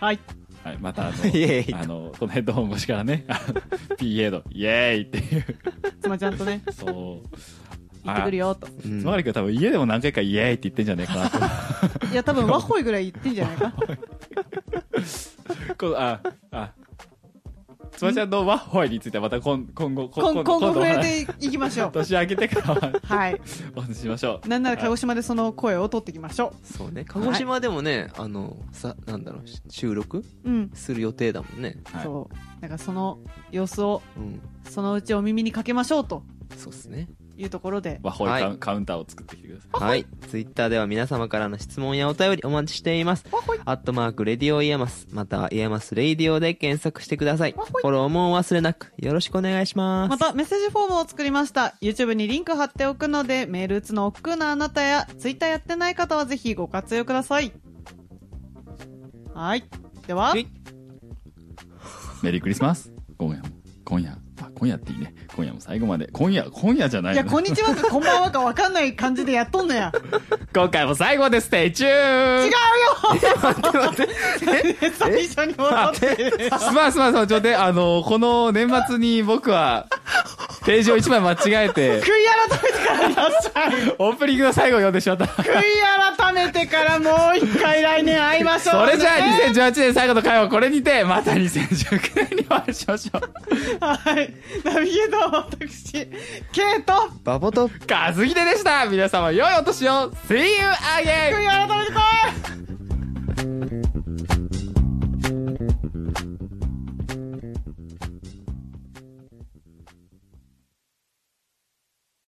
Speaker 2: はい
Speaker 1: はい、またあの、
Speaker 3: イエーイ
Speaker 1: あの、このヘッドホン越しからね、あの PA の、イエーイっていう、
Speaker 2: 妻ちゃんとね
Speaker 1: そう。
Speaker 2: 行ってくるよと
Speaker 3: う
Speaker 1: つ
Speaker 3: ん
Speaker 1: まりくん多分家でも何回かイエーイって言ってんじゃねえかなと思う。
Speaker 2: いや多分ワホイぐらい行ってんじゃないか
Speaker 1: こうあ、あ、つばちゃんのワッホイについてはまた今今後、
Speaker 2: 今今後
Speaker 1: お
Speaker 2: 触れ
Speaker 1: 話
Speaker 2: ていきましょう。
Speaker 1: 年明けてからは
Speaker 2: はい。
Speaker 1: お話ししましょう。
Speaker 2: なんなら鹿児島でその声を取っていきましょ
Speaker 3: そうね鹿児島でもね、あのさなんだろうし収録
Speaker 2: う。うん。
Speaker 3: する予定だもんね
Speaker 1: はい
Speaker 2: そう。だからその様子を
Speaker 3: うん
Speaker 2: そのうちお島耳にかけましょうと
Speaker 3: そうですね
Speaker 2: いうところで。
Speaker 1: ワッホイカウン,、
Speaker 3: はい
Speaker 1: カウンターを作ってきてください。
Speaker 3: はいツイッターでは皆様からの質問やお便りお待ちしていますアットマークレディオイヤマスまたはイヤマスレディオで検索してくださいフォローもお忘れなくよろしくお願いします
Speaker 2: またメッセージフォームを作りました YouTube にリンク貼っておくのでメール打つの億劫なあなたや Twitter やってない方はぜひご活用くださいはいでは
Speaker 3: はい
Speaker 1: メリークリスマス今夜も、今夜、あ、今夜っていいね。今夜も最後まで。今夜、今夜じゃない
Speaker 2: い
Speaker 1: よ
Speaker 2: や
Speaker 1: ね
Speaker 2: こんにちはかこんばんはかわかんない感じでやっとん のや
Speaker 1: 今回も最後までステイチューン違う
Speaker 2: 最初に戻って
Speaker 1: すまんすまんすまん、ちょっとねあの、この年末に僕は、ページを一枚間違え て、
Speaker 2: 悔い改めてからださい
Speaker 1: オープニングの最後を読んでしまった。
Speaker 2: 悔い改めてからもう一回来年会いましょう
Speaker 1: それじゃあ
Speaker 2: ね
Speaker 1: 2018年最後の回はこれにて、また2019年にお会いしましょう。
Speaker 2: はいナビゲーターは私ケイト
Speaker 3: バボと
Speaker 1: カズヒデでした皆様、良いお年を !See you again!
Speaker 2: 悔い改めてこい